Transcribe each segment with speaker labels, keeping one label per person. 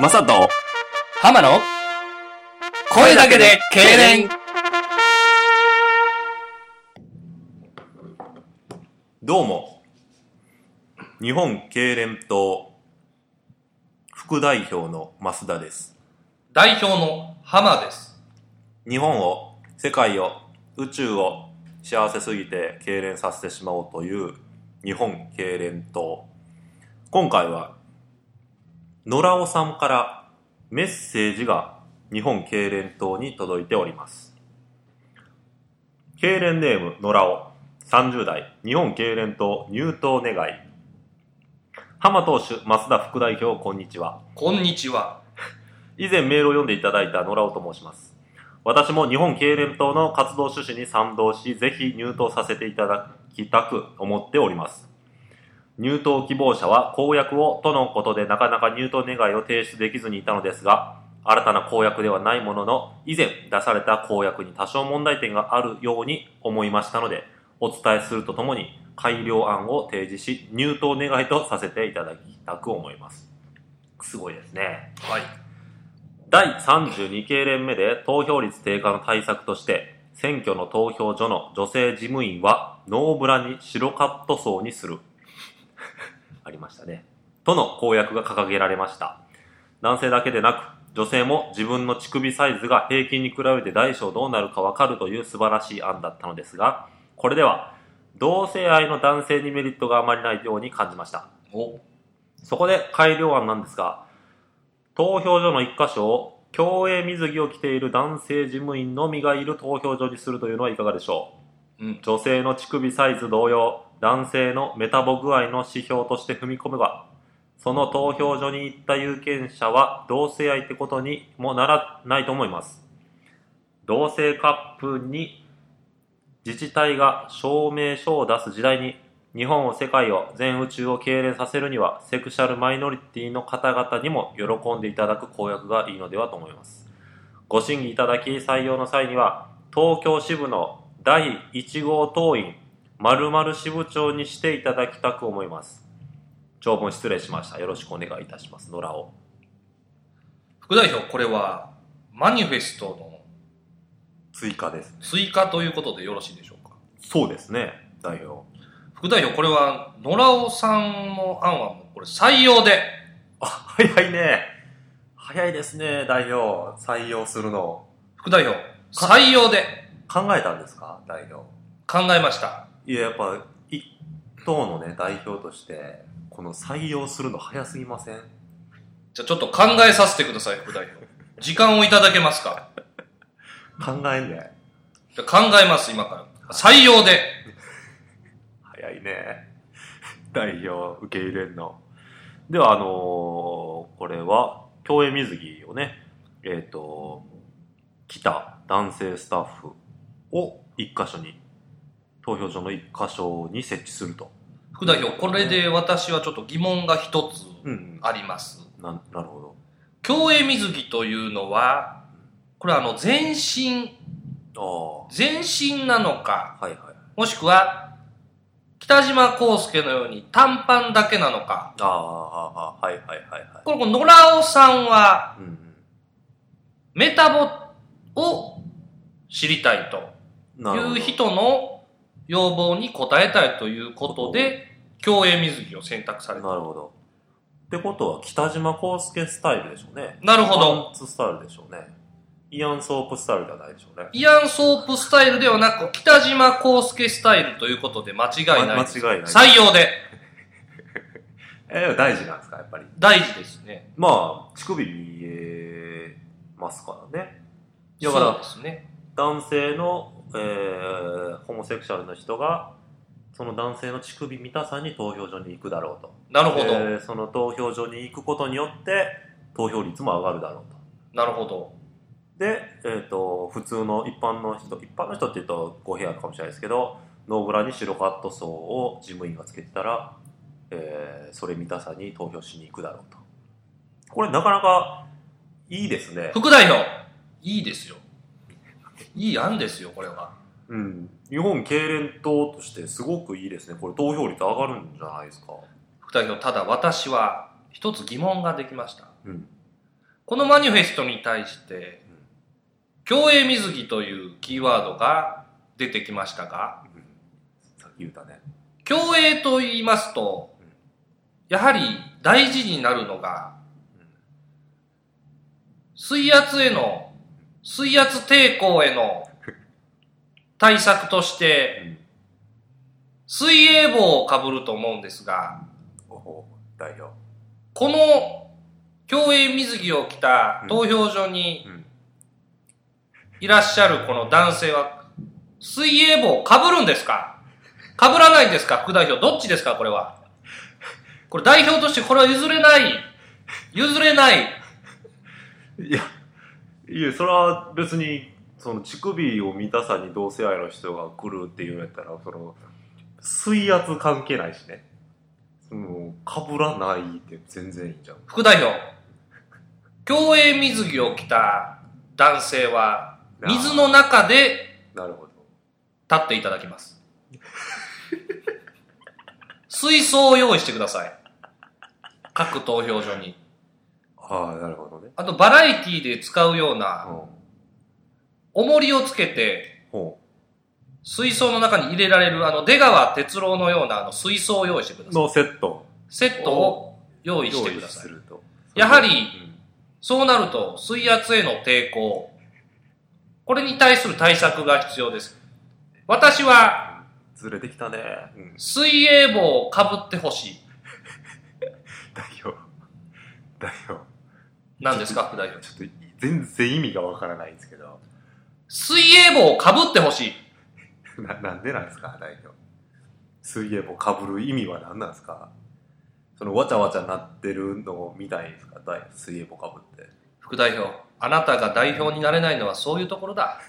Speaker 1: マサと、
Speaker 2: 浜野声だけで痙攣
Speaker 1: どうも、日本経連党副代表の増田です。
Speaker 2: 代表の浜です。
Speaker 1: 日本を、世界を、宇宙を幸せすぎて痙攣させてしまおうという日本痙攣党。今回は、野良尾さんからメッセージが日本痙攣党に届いております。痙攣ネーム野良尾、30代、日本痙攣党入党願い。浜投手、増田副代表、こんにちは。
Speaker 2: こんにちは。
Speaker 1: 以前メールを読んでいただいた野良尾と申します。私も日本経連党の活動趣旨に賛同し、ぜひ入党させていただきたく思っております。入党希望者は公約をとのことでなかなか入党願いを提出できずにいたのですが、新たな公約ではないものの、以前出された公約に多少問題点があるように思いましたので、お伝えするとともに改良案を提示し、入党願いとさせていただきたく思います。すごいですね。
Speaker 2: はい。
Speaker 1: 第32経連目で投票率低下の対策として、選挙の投票所の女性事務員はノーブラに白カット層にする。 ありましたね。との公約が掲げられました。男性だけでなく、女性も自分の乳首サイズが平均に比べて大小どうなるかわかるという素晴らしい案だったのですが、これでは同性愛の男性にメリットがあまりないように感じました。
Speaker 2: お、
Speaker 1: そこで改良案なんですが、投票所の一箇所を競泳水着を着ている男性事務員のみがいる投票所にするというのはいかがでしょ
Speaker 2: うん
Speaker 1: う。女性の乳首サイズ同様、男性のメタボ具合の指標として踏み込めば、その投票所に行った有権者は同性愛ってことにもならないと思います。同性カップに自治体が証明書を出す時代に日本を世界を全宇宙を経連させるにはセクシャルマイノリティの方々にも喜んでいただく公約がいいのではと思いますご審議いただき採用の際には東京支部の第1号党員〇〇支部長にしていただきたく思います長文失礼しましたよろしくお願いいたします野良を
Speaker 2: 副代表、これは、マニフェストの
Speaker 1: 追加です
Speaker 2: 追加ということでよろしいでしょうか。
Speaker 1: そうですね代表
Speaker 2: 副代表、これは、野良尾さんの案はもう、これ採用で、
Speaker 1: あ早いね早いですね代表採用するの
Speaker 2: 副代表、採用で
Speaker 1: 考えたんですか代表
Speaker 2: 考えました。
Speaker 1: いや、やっぱ、一党のね、代表として、この採用するの早すぎません
Speaker 2: じゃあちょっと考えさせてください、副代表。時間をいただけますか
Speaker 1: 考えんね。
Speaker 2: じゃあ考えます、今から。採用で。
Speaker 1: 早いね。 代表受け入れんの。では、あのーこれは、競泳水着をね、えっ、と、来た男性スタッフを一箇所に、投票所の一箇所に設置すると。
Speaker 2: 副代表、これで私はちょっと疑問が一つ
Speaker 1: うん。
Speaker 2: あります。
Speaker 1: な、なるほど。
Speaker 2: 競泳水着というのは、これはあの、全身、
Speaker 1: あ
Speaker 2: 全身なのか、
Speaker 1: あ、はいはい。
Speaker 2: もしくは、北島康介のように短パンだけなのか。
Speaker 1: あーあー、あーはいはいはいは
Speaker 2: これ、この野良尾さんは、
Speaker 1: い。うんうん。
Speaker 2: メタボを知りたいと
Speaker 1: なるほど
Speaker 2: いう人の要望に応えたいということで、競泳水着を選択された。
Speaker 1: なるほど。ってことは、北島康介スタイルでしょうね。
Speaker 2: なるほど。
Speaker 1: パンツスタイルでしょうね。イアン・ソープスタイルではないでしょうね。
Speaker 2: イアン・ソープスタイルではなく、北島康介スタイルということで間違いないです。
Speaker 1: ま間違いない
Speaker 2: 採用で。
Speaker 1: えー、大事なんですか、やっぱり。
Speaker 2: 大事ですね。
Speaker 1: まあ、乳首見えますからね。だか
Speaker 2: そう
Speaker 1: ら、
Speaker 2: ですね。
Speaker 1: 男性の、えー、ホモセクシャルの人が、その男性の乳首見たさに投票所に行くだろうと。
Speaker 2: なるほど。
Speaker 1: えーその投票所に行くことによって、投票率も上がるだろうと。
Speaker 2: なるほど。
Speaker 1: で、えっと普通の一般の人一般の人って言うと語弊あるかもしれないですけどノーブラに白カット層を事務員がつけてたら、えーそれ見たさに投票しに行くだろうとこれなかなかいいですね、
Speaker 2: 副代表、いいですよ。いい案ですよ、これは。
Speaker 1: うん、日本経連党としてすごくいいですねこれ投票率上がるんじゃないですか
Speaker 2: 副代表、ただ私は、一つ疑問ができました。
Speaker 1: うん
Speaker 2: このマニフェストに対して、競泳水着というキーワードが出てきましたが、
Speaker 1: うんさっき言うたね。
Speaker 2: 競泳と言いますと
Speaker 1: うん、
Speaker 2: やはり大事になるのが
Speaker 1: うん、
Speaker 2: 水圧への、水圧抵抗への対策として、
Speaker 1: うん
Speaker 2: 水泳帽をかぶると思うんですが、
Speaker 1: おほ代表。
Speaker 2: この競泳水着を着た
Speaker 1: うん
Speaker 2: 投票所に
Speaker 1: うん
Speaker 2: いらっしゃるこの男性は、水泳帽をかぶるんですかかぶらないんですか副代表。どっちですかこれは。これ代表としてこれは譲れない。譲れない。
Speaker 1: いや、いや、それは別に、その乳首を見たさに同性愛の人が来るっていうんやったら、その、水圧関係ないしね。その、かぶらないって全然いいじゃん。
Speaker 2: 副代表。競泳水着を着た男性は、水の中で
Speaker 1: なるほど。
Speaker 2: 立っていただきます。水槽を用意してください。各投票所に。
Speaker 1: ああ、なるほどね。
Speaker 2: あと、バラエティで使うような、
Speaker 1: うん。
Speaker 2: 重りをつけて、
Speaker 1: ほ
Speaker 2: 水槽の中に入れられる、あの、出川哲郎のような、あの、水槽を用意してく
Speaker 1: う
Speaker 2: ださい。
Speaker 1: のセット。
Speaker 2: セットを用意してくだ
Speaker 1: 用意す
Speaker 2: さい。
Speaker 1: ると。
Speaker 2: やはり
Speaker 1: うん
Speaker 2: そうなると、水圧への抵抗。これに対する対策が必要です。私は、
Speaker 1: ずれてきたね。うん。
Speaker 2: 水泳帽をかぶってほしい。
Speaker 1: 代表。代表。
Speaker 2: なんですか、副代表。
Speaker 1: ちょっと、全然意味がわからないんですけど。
Speaker 2: 水泳帽をかぶってほしい。
Speaker 1: な、なんでなんですか、代表。水泳帽かぶる意味は何なんですかその、わちゃわちゃなってるのを見たいんですか代表、水泳帽かぶって。
Speaker 2: 副代表、あなたが代表になれないのはそういうところだ。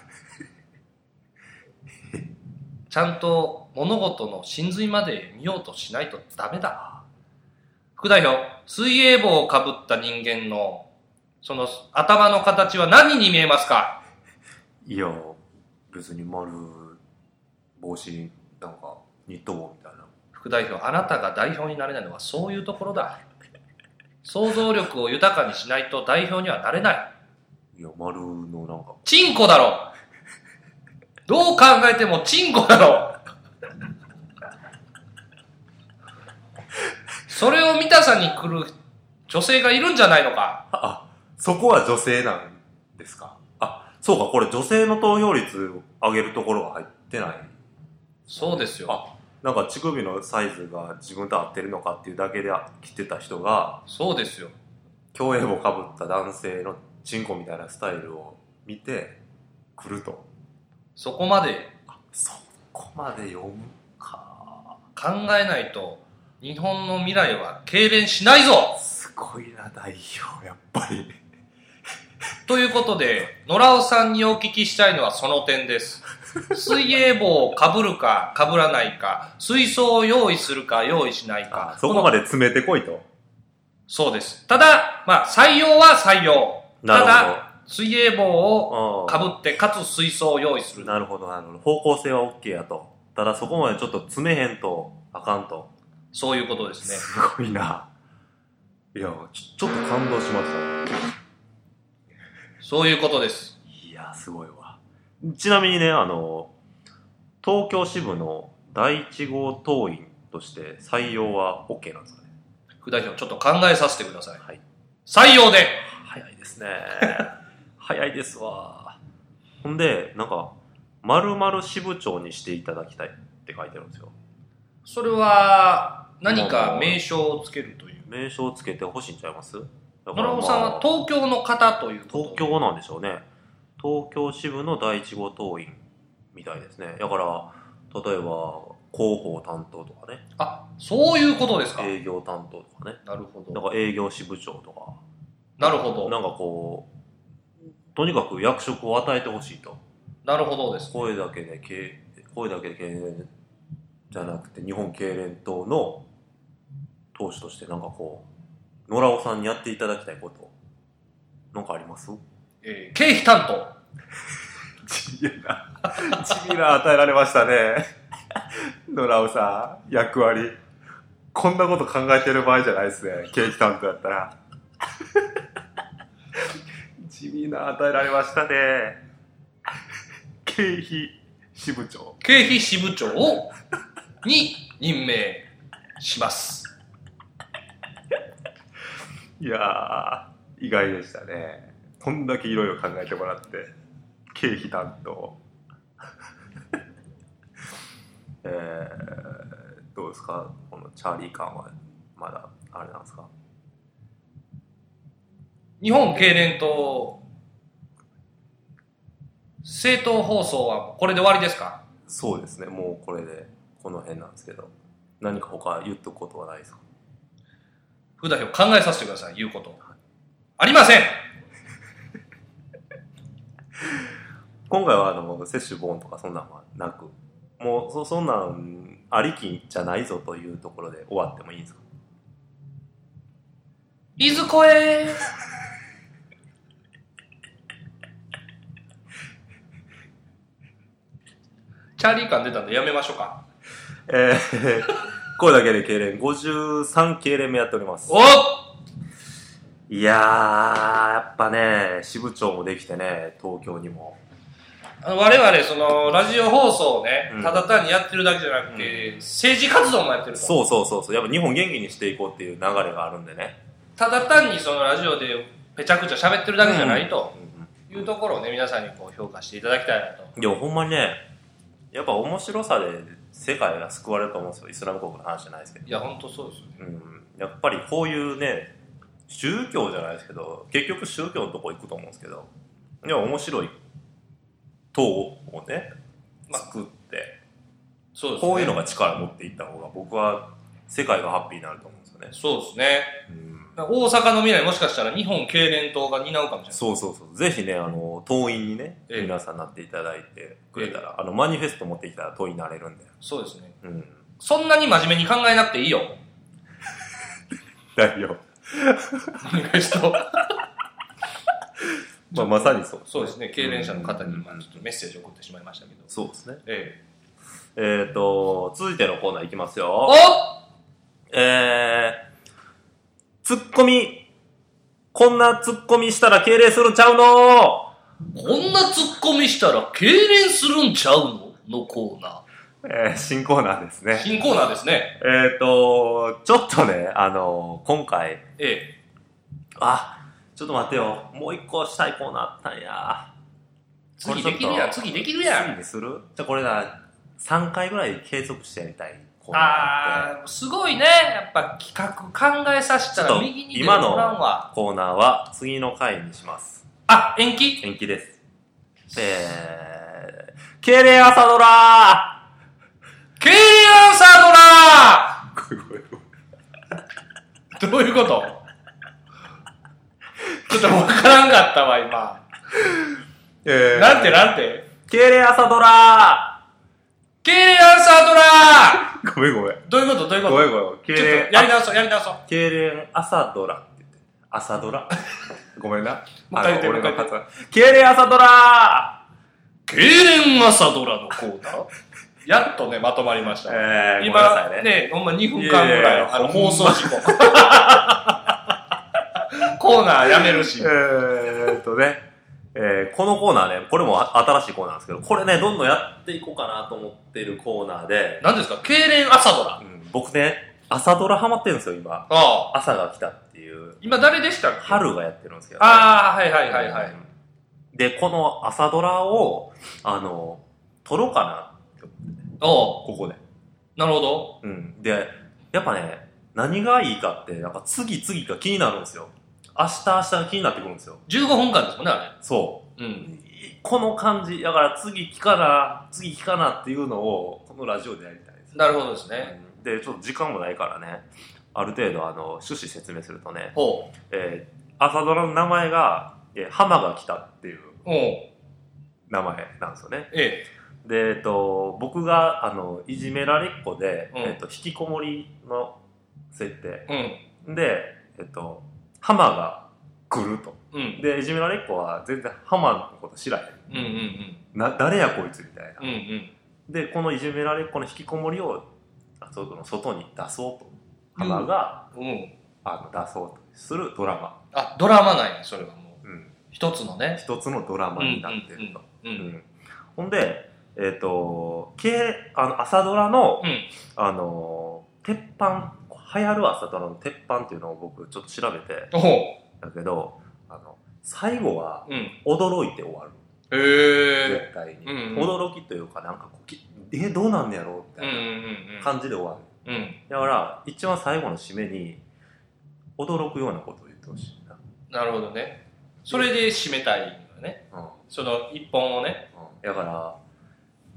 Speaker 2: ちゃんと物事の真髄まで見ようとしないとダメだ。副代表、水泳帽をかぶった人間の、その頭の形は何に見えますか
Speaker 1: いや、別に丸、帽子、なんか、ニット帽みたいな。
Speaker 2: 副代表、あなたが代表になれないのはそういうところだ。想像力を豊かにしないと代表にはなれない。
Speaker 1: いや、丸のなんか、
Speaker 2: チンコだろどう考えてもチンコだろそれを見たさに来る女性がいるんじゃないのか
Speaker 1: あ、そこは女性なんですかあ、そうか、これ女性の投票率上げるところは入ってない。
Speaker 2: そうですよ。
Speaker 1: あ、なんか乳首のサイズが自分と合ってるのかっていうだけで来てた人が、
Speaker 2: そうですよ。
Speaker 1: 競泳帽かぶった男性のチンコみたいなスタイルを見て、来ると。
Speaker 2: そこまで
Speaker 1: そこまで読むか。
Speaker 2: 考えないと日本の未来は痙攣しないぞ
Speaker 1: すごいな、代表、やっぱり。
Speaker 2: ということで、野良尾さんにお聞きしたいのはその 点です。水泳帽をかぶるかかぶらないか、水槽を用意するか用意しないか
Speaker 1: あ、そこまで詰めてこいと。
Speaker 2: そうです。ただ、まあ、採用は採用。
Speaker 1: なるほど
Speaker 2: ただ、水泳帽を
Speaker 1: うん
Speaker 2: かぶって、かつ水槽を用意する。
Speaker 1: なるほど、なるほど。方向性は OK やと。ただそこまでちょっと詰めへんとあかんと。
Speaker 2: そういうことですね。
Speaker 1: すごいな。いや、ちょちょっと感動しました。
Speaker 2: そういうことです。
Speaker 1: いや、すごいわ。ちなみにね、あの、東京支部の第1号党員として採用は OK なんですかね。
Speaker 2: 副代表、ちょっと考えさせてください。
Speaker 1: はい
Speaker 2: 採用で
Speaker 1: 早いですね。 早いですわ。ほんで、なんか、〇〇支部長にしていただきたいって書いてあるんですよ。
Speaker 2: それは、何か名称をつけるという。
Speaker 1: 名称つけてほしいんちゃいますだ
Speaker 2: 野良尾さんは東京の方ということ
Speaker 1: 東京なんでしょうね東京支部の第一号党員みたいですねだから例えば広報担当とかね
Speaker 2: あ、そういうことですか。
Speaker 1: 営業担当とかね
Speaker 2: なるほ
Speaker 1: だ
Speaker 2: ど。
Speaker 1: から営業支部長とか
Speaker 2: なるほど。
Speaker 1: なんかこうとにかく役職を与えてほしいと
Speaker 2: なるほどです。
Speaker 1: 声だけでけ声だけで痙攣じゃなくて日本痙攣党の党首としてなんかこう野良尾さんにやっていただきたいことなんかあります
Speaker 2: えー経費担当。
Speaker 1: ちびな、ちびな与えられましたね。野良尾さん、役割。こんなこと考えてる場合じゃないですね。ケーキ担当だったら。地味な与えられましたね。経費支部長。
Speaker 2: 経費支部長を、 に任命します。
Speaker 1: いやー、意外でしたね。こんだけいろいろ考えてもらって。経費担当。 えー、どうですかこのチャーリー感は、まだ、あれなんですか
Speaker 2: 日本経連と、政党放送はこれで終わりですか
Speaker 1: そうですね、もうこれで、この辺なんですけど。何か他言っとくことはないですか
Speaker 2: 副代表考えさせてください、言うこと。ありません
Speaker 1: 今回はあの接種ボーンとかそんなんはなくもうそそんなんありきじゃないぞというところで終わってもいいんですか
Speaker 2: いずこへ チャーリー感出たんでやめましょうか。
Speaker 1: えー、 これだけで痙攣53痙攣目やっております
Speaker 2: お
Speaker 1: いやーやっぱね支部長もできてね東京にも
Speaker 2: あの我々、その、ラジオ放送をね
Speaker 1: う、ん
Speaker 2: ただ単にやってるだけじゃなくて、政治活動もやってると。
Speaker 1: そうそうそうそうやっぱ日本元気にしていこうっていう流れがあるんでね
Speaker 2: ただ単にそのラジオでぺちゃくちゃ喋ってるだけじゃないというところをね、皆さんにこう評価していただきたいなと。
Speaker 1: でもほんまにねやっぱ面白さで世界が救われると思うんですよイスラム国の話じゃないですけど
Speaker 2: いや、本当そうですよね。
Speaker 1: うん、やっぱりこういうね宗教じゃないですけど結局宗教のとこ行くと思うんですけどでも面白い党をね
Speaker 2: まあ
Speaker 1: 作って、
Speaker 2: そうですね。
Speaker 1: こういうのが力持っていった方が僕は世界がハッピーになると思うんですよね、
Speaker 2: そうですね。
Speaker 1: うん、
Speaker 2: 大阪の未来もしかしたら日本経連党が担うかもしれない。
Speaker 1: そうそうそうぜひねあの党員にね
Speaker 2: ええ
Speaker 1: 皆さんなっていただいてくれたら、あのマニフェスト持ってきたら党員になれるんで、
Speaker 2: そうですね。
Speaker 1: うん、
Speaker 2: そんなに真面目に考えな くていいよ。
Speaker 1: だよ、
Speaker 2: お願いしと。
Speaker 1: まあ、まさにそう
Speaker 2: そうですね。経連者の方に、
Speaker 1: うん
Speaker 2: まあ、ちょっとメッセージを送ってしまいましたけど。
Speaker 1: そうですね
Speaker 2: ええ。
Speaker 1: えっ、と続いてのコーナーいきますよ
Speaker 2: お
Speaker 1: えー、ツッコミ、こんなツッコミしたら敬礼するんちゃうの
Speaker 2: こんなツッコミしたら経連するんちゃうののコーナ
Speaker 1: えー、新コーナーです
Speaker 2: ー。
Speaker 1: ね。
Speaker 2: 新コーナーですね。
Speaker 1: えっ、と、ちょっとね、あの今回、
Speaker 2: ええ。
Speaker 1: あ、ちょっと待ってよ、もう一個したいコーナーあったんや。これ
Speaker 2: 次
Speaker 1: ちょ
Speaker 2: で
Speaker 1: っと
Speaker 2: きるやん、次できるやん。
Speaker 1: 次にするじゃあこれな、3回ぐらい継続してやりたいコーナーがあって、
Speaker 2: あー、すごいね。やっぱ企画考えさせた
Speaker 1: ちょっ
Speaker 2: ら
Speaker 1: と
Speaker 2: 右に出ても
Speaker 1: 今の
Speaker 2: らんわ。
Speaker 1: コーナーは次の回にします。
Speaker 2: あ、延期
Speaker 1: 延期です。えー、敬礼朝ドラー
Speaker 2: 経連アンサード
Speaker 1: ごめ
Speaker 2: ラー
Speaker 1: んごめん
Speaker 2: どういうことちょっとわからんかったわ、今。
Speaker 1: えー、
Speaker 2: なんてなんて。
Speaker 1: 敬礼朝ドラ
Speaker 2: 経営アンサードラ
Speaker 1: ーごめんごめん。
Speaker 2: ーどういうことどういうこと
Speaker 1: ごめんごめん。敬
Speaker 2: ちょっと
Speaker 1: 礼、
Speaker 2: やり直そう、やり直そう。
Speaker 1: 敬礼朝ドラって言って。朝ドラ ごめんな。
Speaker 2: もう一回言って
Speaker 1: あの俺
Speaker 2: もう一
Speaker 1: が
Speaker 2: 回
Speaker 1: 発音敬礼朝ドラ
Speaker 2: 経営アンサードラのコーナ ーやっとね、まとまりまし
Speaker 1: ー
Speaker 2: た。
Speaker 1: えー、ごめんなさ
Speaker 2: 今
Speaker 1: いね。
Speaker 2: ね、ほんま2分間ぐ
Speaker 1: いやいや
Speaker 2: ら
Speaker 1: い
Speaker 2: い、
Speaker 1: や
Speaker 2: あの、
Speaker 1: ほんま
Speaker 2: 放送事故。 コーナーやめるし。
Speaker 1: えーっとね、えーこのコーナーね、これも新しいコーナーなんですけど、これね、どんどんやっていこうかなと思ってるコーナーで、
Speaker 2: 何ですか経営アンサードラ。
Speaker 1: うん僕ね、朝ドラハマってるんですよ、今。
Speaker 2: ああ。
Speaker 1: 朝が来たっていう、
Speaker 2: 今誰でしたっけ。
Speaker 1: 春がやってるんですけど、ね。
Speaker 2: ああ、はいはいはいはい。。
Speaker 1: で、この朝ドラを、あの、撮ろうかな、
Speaker 2: おう
Speaker 1: ここで。
Speaker 2: なるほど。
Speaker 1: うん。で、やっぱね、何がいいかって、なんか次々が気になるんですよ。明日明日が気になってくるんですよ。
Speaker 2: 15分間ですもんね、あ
Speaker 1: そ
Speaker 2: れ。うん
Speaker 1: う。。この感じ、だから次聞かな、次聞かなっていうのを、このラジオでやりたいです。
Speaker 2: なるほどですね。
Speaker 1: うんで、ちょっと時間もないからね、ある程度、あの、趣旨説明するとね、
Speaker 2: ほう。
Speaker 1: えー朝ドラの名前が、えー浜が来たっていう
Speaker 2: おう
Speaker 1: 名前なんですよね。
Speaker 2: ええ。
Speaker 1: で、えっと、僕があのいじめられっ子で、
Speaker 2: うん
Speaker 1: えっと、引きこもりの設定
Speaker 2: うん。
Speaker 1: で、えっと、ハマが来ると
Speaker 2: うん。
Speaker 1: でいじめられっ子は全然ハマのこと知らへん
Speaker 2: うんうん
Speaker 1: な誰やこいつみたいな、
Speaker 2: うん。うんうん。
Speaker 1: でこのいじめられっ子の引きこもりをあそこの外に出そうとハマが、
Speaker 2: うん。
Speaker 1: あの出そうとするドラマ、
Speaker 2: あ、ドラマ内それはも
Speaker 1: うん
Speaker 2: 一つのね。
Speaker 1: 一つのドラマになってると。
Speaker 2: う
Speaker 1: う
Speaker 2: んう
Speaker 1: んんほんで、えっ、と、けあの朝ドラの、
Speaker 2: うん
Speaker 1: あのー、鉄板、流行る朝ドラの鉄板っていうのを僕ちょっと調べて、
Speaker 2: おほ
Speaker 1: だけど、あの、最後は
Speaker 2: う。うん。
Speaker 1: 驚いて終わる。
Speaker 2: へえ。
Speaker 1: 絶対に。
Speaker 2: うんうん
Speaker 1: 驚きというか、なんかこうき、え、どうなんねやろみ
Speaker 2: うん
Speaker 1: た
Speaker 2: う
Speaker 1: い
Speaker 2: ん
Speaker 1: な感じで終わる。
Speaker 2: うん。うん。
Speaker 1: だから、一番最後の締めに、驚くようなことを言ってほしいな。
Speaker 2: なるほどね。それで締めたいのよね。
Speaker 1: うん。
Speaker 2: その一本をね。
Speaker 1: だから、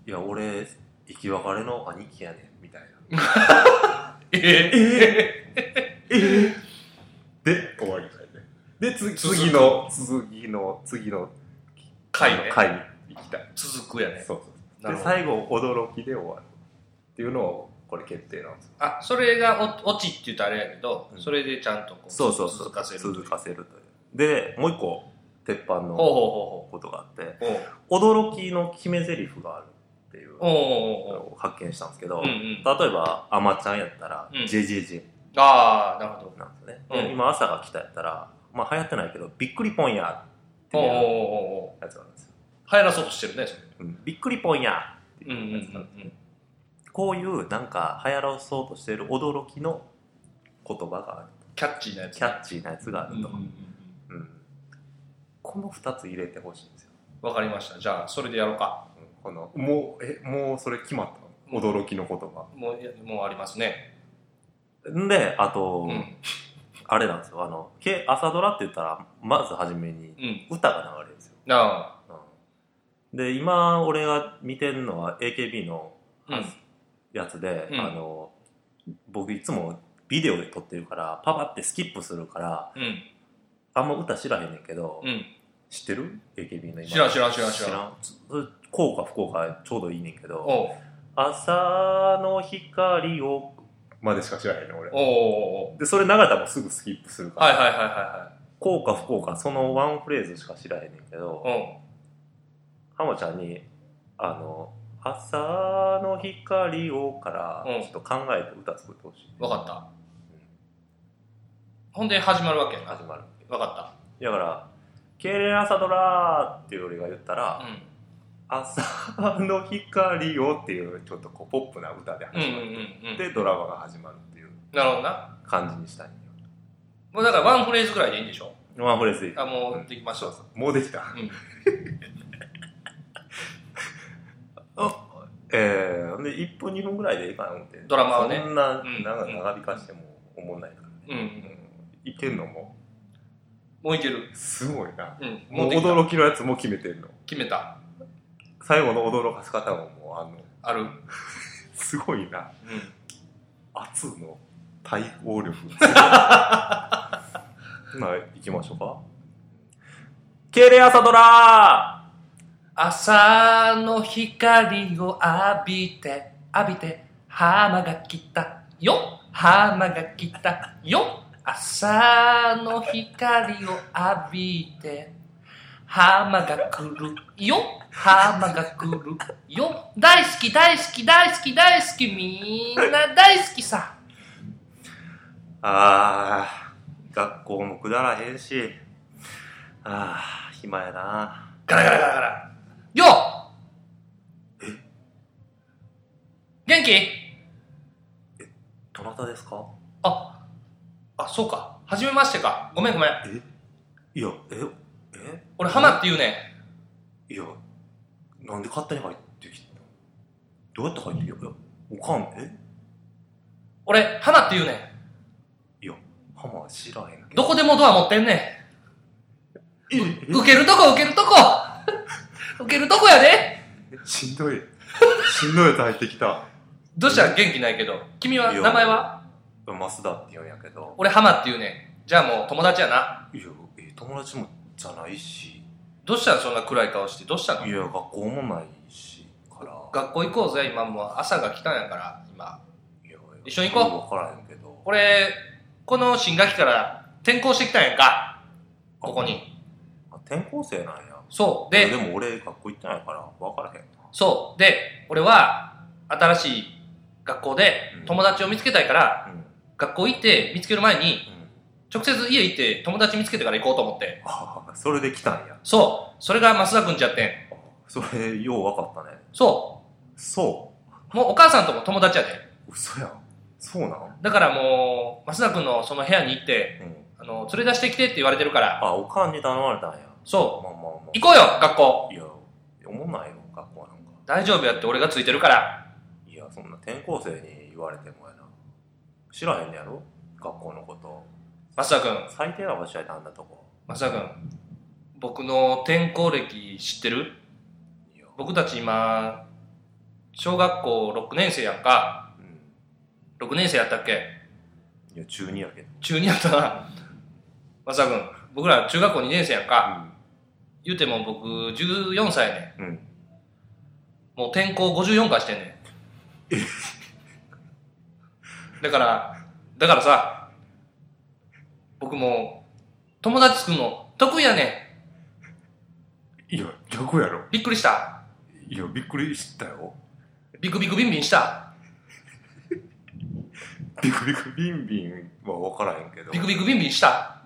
Speaker 1: いや、俺、生き別れの兄貴やねん、みたいな。
Speaker 2: ええ。
Speaker 1: えで、終わりだよね。で、つ
Speaker 2: 続く
Speaker 1: 次の、次の、次の
Speaker 2: 回ね。
Speaker 1: 回に行きたい。
Speaker 2: 続くやね。
Speaker 1: そうそ
Speaker 2: な
Speaker 1: う。
Speaker 2: る
Speaker 1: で、
Speaker 2: ほど。
Speaker 1: 最後、驚きで終わる。っていうのを、これ決定なんですよ
Speaker 2: あ、それがお落ちって言うとあれやけど、
Speaker 1: うん
Speaker 2: それでちゃんとこう、続かせる。
Speaker 1: 続かせるという。で、もう一個、鉄板の
Speaker 2: ほうほ
Speaker 1: ことがあって、
Speaker 2: うほうほう。
Speaker 1: 驚きの決め台詞があるっていう
Speaker 2: お
Speaker 1: の
Speaker 2: おおうおう
Speaker 1: を発見したんですけど、
Speaker 2: おう。うんうん。
Speaker 1: 例えば、アマちゃんやったら、
Speaker 2: うん
Speaker 1: JJJ
Speaker 2: ああ、なるほど。
Speaker 1: なんですよね。
Speaker 2: うん
Speaker 1: で、今、朝が来たやったら、まあ流行ってないけど、びっくりポンやって
Speaker 2: おう
Speaker 1: い
Speaker 2: おう
Speaker 1: う
Speaker 2: おうおう
Speaker 1: やつなんですよ。
Speaker 2: 入らそうとしてるね、それ。
Speaker 1: うんびっくりポンやって
Speaker 2: う
Speaker 1: い
Speaker 2: んうんう
Speaker 1: うやつなんです
Speaker 2: ん
Speaker 1: こういうなんか流行らそうとしている驚きの言葉がある
Speaker 2: キャッチーなやつ。
Speaker 1: キャッチーなやつがあ
Speaker 2: う
Speaker 1: る
Speaker 2: んう
Speaker 1: と、
Speaker 2: んうんうん
Speaker 1: うんこの2つ入れてほしいんですよ、
Speaker 2: わかりました。じゃあ、それでやろうか。
Speaker 1: うんこのもうえもうそれ決まったの驚きの言葉
Speaker 2: もう、いやもうありますね。
Speaker 1: んであと、
Speaker 2: うん。
Speaker 1: あれなんですよあのけ朝ドラって言ったらまず初めに
Speaker 2: うん。
Speaker 1: 歌が流れるんですよ、
Speaker 2: なあ。
Speaker 1: うんで今俺が見てるのは AKB の
Speaker 2: うん。
Speaker 1: やつで、
Speaker 2: うん
Speaker 1: あの僕いつもビデオで撮ってるからパパってスキップするから
Speaker 2: うん。
Speaker 1: あんま歌知らへんねんけど、
Speaker 2: うん。
Speaker 1: 知ってる ?AKB の今
Speaker 2: 知らん知らん知らん知らん
Speaker 1: んこうか不幸かちょうどいいねんけど
Speaker 2: おう
Speaker 1: 朝の光をまでしか知らへんねん俺
Speaker 2: おうおうおう
Speaker 1: でそれ流れたらもうすぐスキップするから、
Speaker 2: はいはいはいは
Speaker 1: こうか不幸かそのワンフレーズしか知らへんねんけ
Speaker 2: い
Speaker 1: ど
Speaker 2: はい。
Speaker 1: ハマちゃんにあの朝の光をから
Speaker 2: うん
Speaker 1: ちょっと考えて歌作ってほしい、
Speaker 2: うん。わかった。ほんで始まるわけやな。
Speaker 1: 始まる
Speaker 2: わか
Speaker 1: だから「けれ朝ドラ」っていう俺が言ったら
Speaker 2: った。うん。
Speaker 1: 朝の光をっていうちょっとこうポップな歌で
Speaker 2: うんう
Speaker 1: 始
Speaker 2: ん
Speaker 1: まる、
Speaker 2: うんうん。
Speaker 1: でドラマが始まるっていう
Speaker 2: なるほどな。
Speaker 1: 感じにしたい
Speaker 2: もうだからワンフレーズぐらいでいいんでしょ
Speaker 1: ワンフレーズでいい
Speaker 2: あ、もうできました。
Speaker 1: もうできた、
Speaker 2: うん
Speaker 1: あえー、で1分2分ぐらいでいいかな思って
Speaker 2: ドラマはね
Speaker 1: そんな
Speaker 2: うん
Speaker 1: 長長引かしても思わないからね、
Speaker 2: うんうん。
Speaker 1: うんいけんのも
Speaker 2: もういける。
Speaker 1: すごいな
Speaker 2: うん。
Speaker 1: もう
Speaker 2: できた
Speaker 1: 驚きのやつも決めてんの
Speaker 2: 決めた。
Speaker 1: 最後の驚かす方ももうあの
Speaker 2: ある。うん。
Speaker 1: すごいな圧の対応力 まあ行きましょうか敬礼朝ドラ
Speaker 2: 朝の光を浴びて、浴びて、浜が来たよ浜が来たよ朝の光を浴びて、浜が来るよ浜が来るよ大好き大好き大好き大好きみんな大好きさ
Speaker 1: あー学校もくだらへんしあー暇やな
Speaker 2: ガラガラガラガラよ元気
Speaker 1: どなたですか
Speaker 2: あ、あ、そうか。はじめましてか。ごめんごめん。
Speaker 1: いやええ
Speaker 2: 俺、花って言うね。
Speaker 1: いやなんで勝手に入ってきたのどうやって入ってきたいやおかんえ
Speaker 2: 俺、花って言うね。
Speaker 1: ハマは知らへんけ
Speaker 2: どこでもドア持ってんね。
Speaker 1: え
Speaker 2: 受けるとこ、受けるとこ。 受けるとこやで。
Speaker 1: えしんどい しんどいやつ入ってきた
Speaker 2: どうしたら元気ないけど。君はい
Speaker 1: や
Speaker 2: 名前は
Speaker 1: 増田って言うんやけど
Speaker 2: 俺、花って言うね。じゃあもう友達やな。
Speaker 1: いや、えー友達もじゃないし、
Speaker 2: どうしたらそんな暗い顔して。どうしたの
Speaker 1: いや、学校もないし、から。
Speaker 2: 学校行こうぜ。今もう朝が来たんやから、今。
Speaker 1: いや
Speaker 2: 一緒に行こう
Speaker 1: わからへんけど。
Speaker 2: 俺、この新学期から転校してきたんやんか。ここに。
Speaker 1: あ。転校生なんや。
Speaker 2: そう。
Speaker 1: いや
Speaker 2: で、
Speaker 1: でも俺、学校行ってないから、わからへんな。
Speaker 2: そう。で、俺は、新しい学校で
Speaker 1: うん
Speaker 2: 友達を見つけたいから、
Speaker 1: うん。
Speaker 2: 学校行って見つける前に、
Speaker 1: う
Speaker 2: ち直接家行って友達見つけてから行こうと思って。
Speaker 1: ああ、それで来たんや。
Speaker 2: そう。それが増田くんちゃってん。
Speaker 1: それ、ようわかったね。
Speaker 2: そ。
Speaker 1: そう
Speaker 2: もうお母さんとも友達やで。
Speaker 1: う。嘘やん。そうなん
Speaker 2: だからもう、増田くんのその部屋に行って、
Speaker 1: うん。
Speaker 2: あの、連れ出してきてって言われてるから。
Speaker 1: あ、おかんに頼まれたんや。ま
Speaker 2: そ
Speaker 1: あまあま
Speaker 2: う。行こうよ、学校。
Speaker 1: あ。いや、おもんないよ、学校なんか。
Speaker 2: 大丈夫やって俺がついてるから。
Speaker 1: いや、そんな転校生に言われてもやな。知らへんねやろ学校のこと。
Speaker 2: 増田くん、
Speaker 1: 最低な場所やったあんだとこ。
Speaker 2: 増田くん。僕の転校歴知ってる
Speaker 1: いや、
Speaker 2: 僕たち今、小学校6年生やんか。
Speaker 1: うん。
Speaker 2: 6年生やったっけ
Speaker 1: いや、中二やけど。
Speaker 2: 中2やったな。増田くん、僕ら中学校2年生やんか。言うても僕14歳やね
Speaker 1: うん。うん。
Speaker 2: もう転校54回してんねんだからだからさ僕も友達作るの得意やね
Speaker 1: いや、逆やろ。
Speaker 2: んびっくりした
Speaker 1: いや、びっくりしたよ。
Speaker 2: ビクビクビンビンした
Speaker 1: ビクビクビンビンは分からへんけど。
Speaker 2: ビクビクビンビンした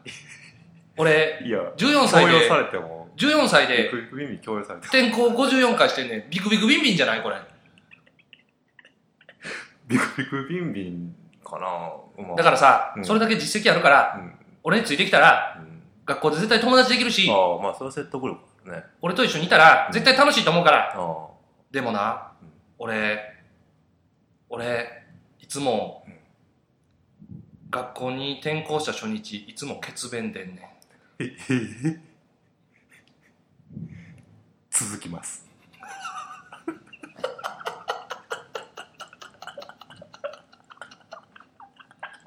Speaker 2: 俺
Speaker 1: いや、
Speaker 2: 14歳
Speaker 1: 強要さ
Speaker 2: で
Speaker 1: れても、
Speaker 2: 14歳
Speaker 1: ビ
Speaker 2: で
Speaker 1: クビクビンビン強要されても、
Speaker 2: 転校54回してんねんビクビクビンビンじゃないこれ
Speaker 1: ビクビクビンビンかな、まあ
Speaker 2: だからさ、
Speaker 1: うん
Speaker 2: それだけ実績あるから
Speaker 1: うん。
Speaker 2: 俺についてきたら
Speaker 1: うん
Speaker 2: 学校で絶対友達できるし
Speaker 1: ああ、まあ、それは説得力あるね。
Speaker 2: 俺と一緒にいたら
Speaker 1: うん
Speaker 2: 絶対楽しいと思うか
Speaker 1: あ
Speaker 2: ら
Speaker 1: あ。
Speaker 2: でもな、
Speaker 1: うん
Speaker 2: 俺、俺、いつも、
Speaker 1: うん
Speaker 2: 学校に転校した初日、いつも血便でんね
Speaker 1: え、え、え続きます。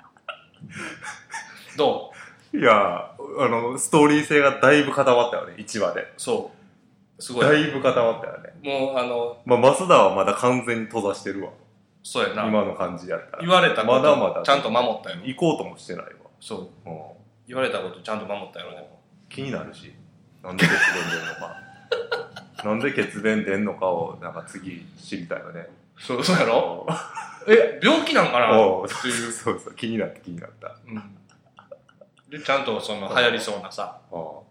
Speaker 2: ん。どう
Speaker 1: いや、あの、ストーリー性がだいぶ固まったよね、1話で。
Speaker 2: そう。すご
Speaker 1: だ
Speaker 2: い。
Speaker 1: いぶ固まったよね。
Speaker 2: もう、あの、
Speaker 1: まあ、増田はまだ完全に閉ざしてるわ。
Speaker 2: そうやな。
Speaker 1: 今の感じやったら。
Speaker 2: 言われたこと、
Speaker 1: まだまだ
Speaker 2: ちゃんと守ったよ。
Speaker 1: 行こうともしてないわ。
Speaker 2: そう。
Speaker 1: うん
Speaker 2: 言われたこと、ちゃんと守ったよ、ね。
Speaker 1: 気になるしなんで血便出んのか なんで血便出んのかをなんか次知りたいよね
Speaker 2: そう、そうやろ
Speaker 1: おう
Speaker 2: え、病気なんかな
Speaker 1: おう
Speaker 2: っていう。
Speaker 1: そうそう気になった気になった
Speaker 2: うん。で、ちゃんと、その、流行りそうなさ、
Speaker 1: お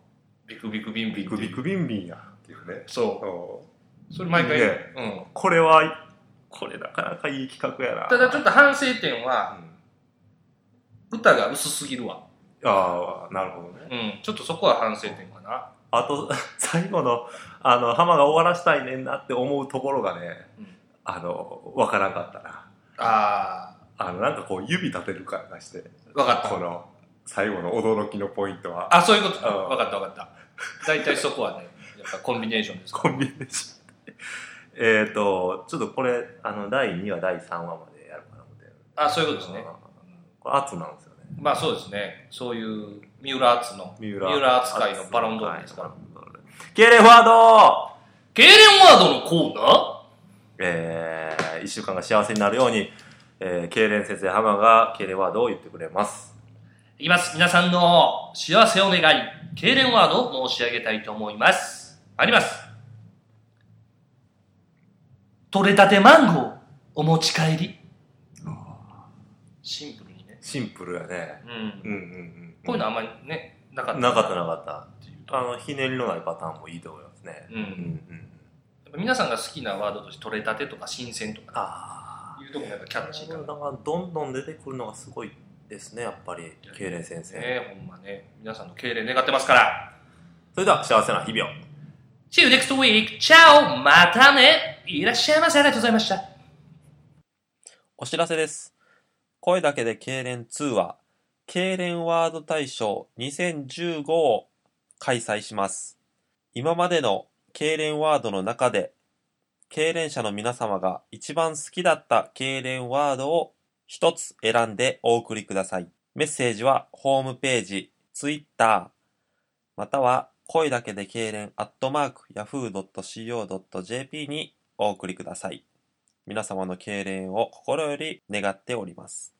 Speaker 2: ビクビクビン
Speaker 1: うビ
Speaker 2: ビンって
Speaker 1: ク
Speaker 2: いう
Speaker 1: ビクビンビンやっていうね
Speaker 2: そ
Speaker 1: おう
Speaker 2: う。それ毎回
Speaker 1: いい
Speaker 2: 言う
Speaker 1: ね
Speaker 2: うん。
Speaker 1: これはこれなかなかいい企画やな
Speaker 2: ただちょっと反省点は、
Speaker 1: うん
Speaker 2: 歌が薄すぎるわ。
Speaker 1: ああなるほどね
Speaker 2: うん、ちょっとそこは反省点かな。
Speaker 1: あと 最後のあの浜が終わらしたいねんなって思うところがね、
Speaker 2: うん
Speaker 1: あのわからんかったな
Speaker 2: あ
Speaker 1: あのなんかこう指立てる感がして
Speaker 2: ー、わかっ
Speaker 1: こ
Speaker 2: た。
Speaker 1: の最後の驚きのポイントは
Speaker 2: あ、そういうこと
Speaker 1: うん
Speaker 2: わかったわかった。大体そこはね、やっぱコンビネーションです。
Speaker 1: コンビネーション。えっと、ちょっとこれ、あの、第2話、第3話までやるかな思って。
Speaker 2: あ、そういうことですね。
Speaker 1: これ、圧なんですよね。
Speaker 2: まあそうですね。そういう、三浦篤の、
Speaker 1: 三
Speaker 2: 三浦扱いのバロンドールですから。
Speaker 1: ゲレファード
Speaker 2: ゲーレンワードのコーナー
Speaker 1: えー、1週間が幸せになるように、えー、ケイレン先生、ハマがケイレンワードを言ってくれます。
Speaker 2: いきます。皆さんの幸せを願い、ゲーレンワードを申し上げたいと思います。あります。取れたてマンゴー、お持ち帰り。シンプルにね。
Speaker 1: シンプルやね。
Speaker 2: うん
Speaker 1: う。んうんうん。
Speaker 2: こういうのあんまりね、なかった。
Speaker 1: なかった
Speaker 2: っ
Speaker 1: なか
Speaker 2: ていう
Speaker 1: った。
Speaker 2: と。
Speaker 1: あの、ひねりのないパターンもいいと思いますね。
Speaker 2: うん。
Speaker 1: うんうん。
Speaker 2: やっぱ皆さんが好きなワードとして、取れたてとか新鮮とか、
Speaker 1: あー
Speaker 2: いうとこもやっぱキャッチーか
Speaker 1: だ
Speaker 2: な。
Speaker 1: からどんどん出てくるのがすごいですねやっぱりケイレン先生、
Speaker 2: ねえ、ほんまね。皆さんの敬礼願ってますから。
Speaker 1: それでは幸せな日々を
Speaker 2: See you next week! チャオまたねいらっしゃいませありがとうございました
Speaker 1: お知らせです声だけでケイレン2はケイレンワード大賞2015を開催します今までのケイレンワードの中でケイレン社の皆様が一番好きだったケイレンワードを一つ選んでお送りくださいメッセージはホームページ、ツイッター、または声だけでけいれんアットマーク yahoo.co.jp にお送りください。皆様のけいれんを心より願っております。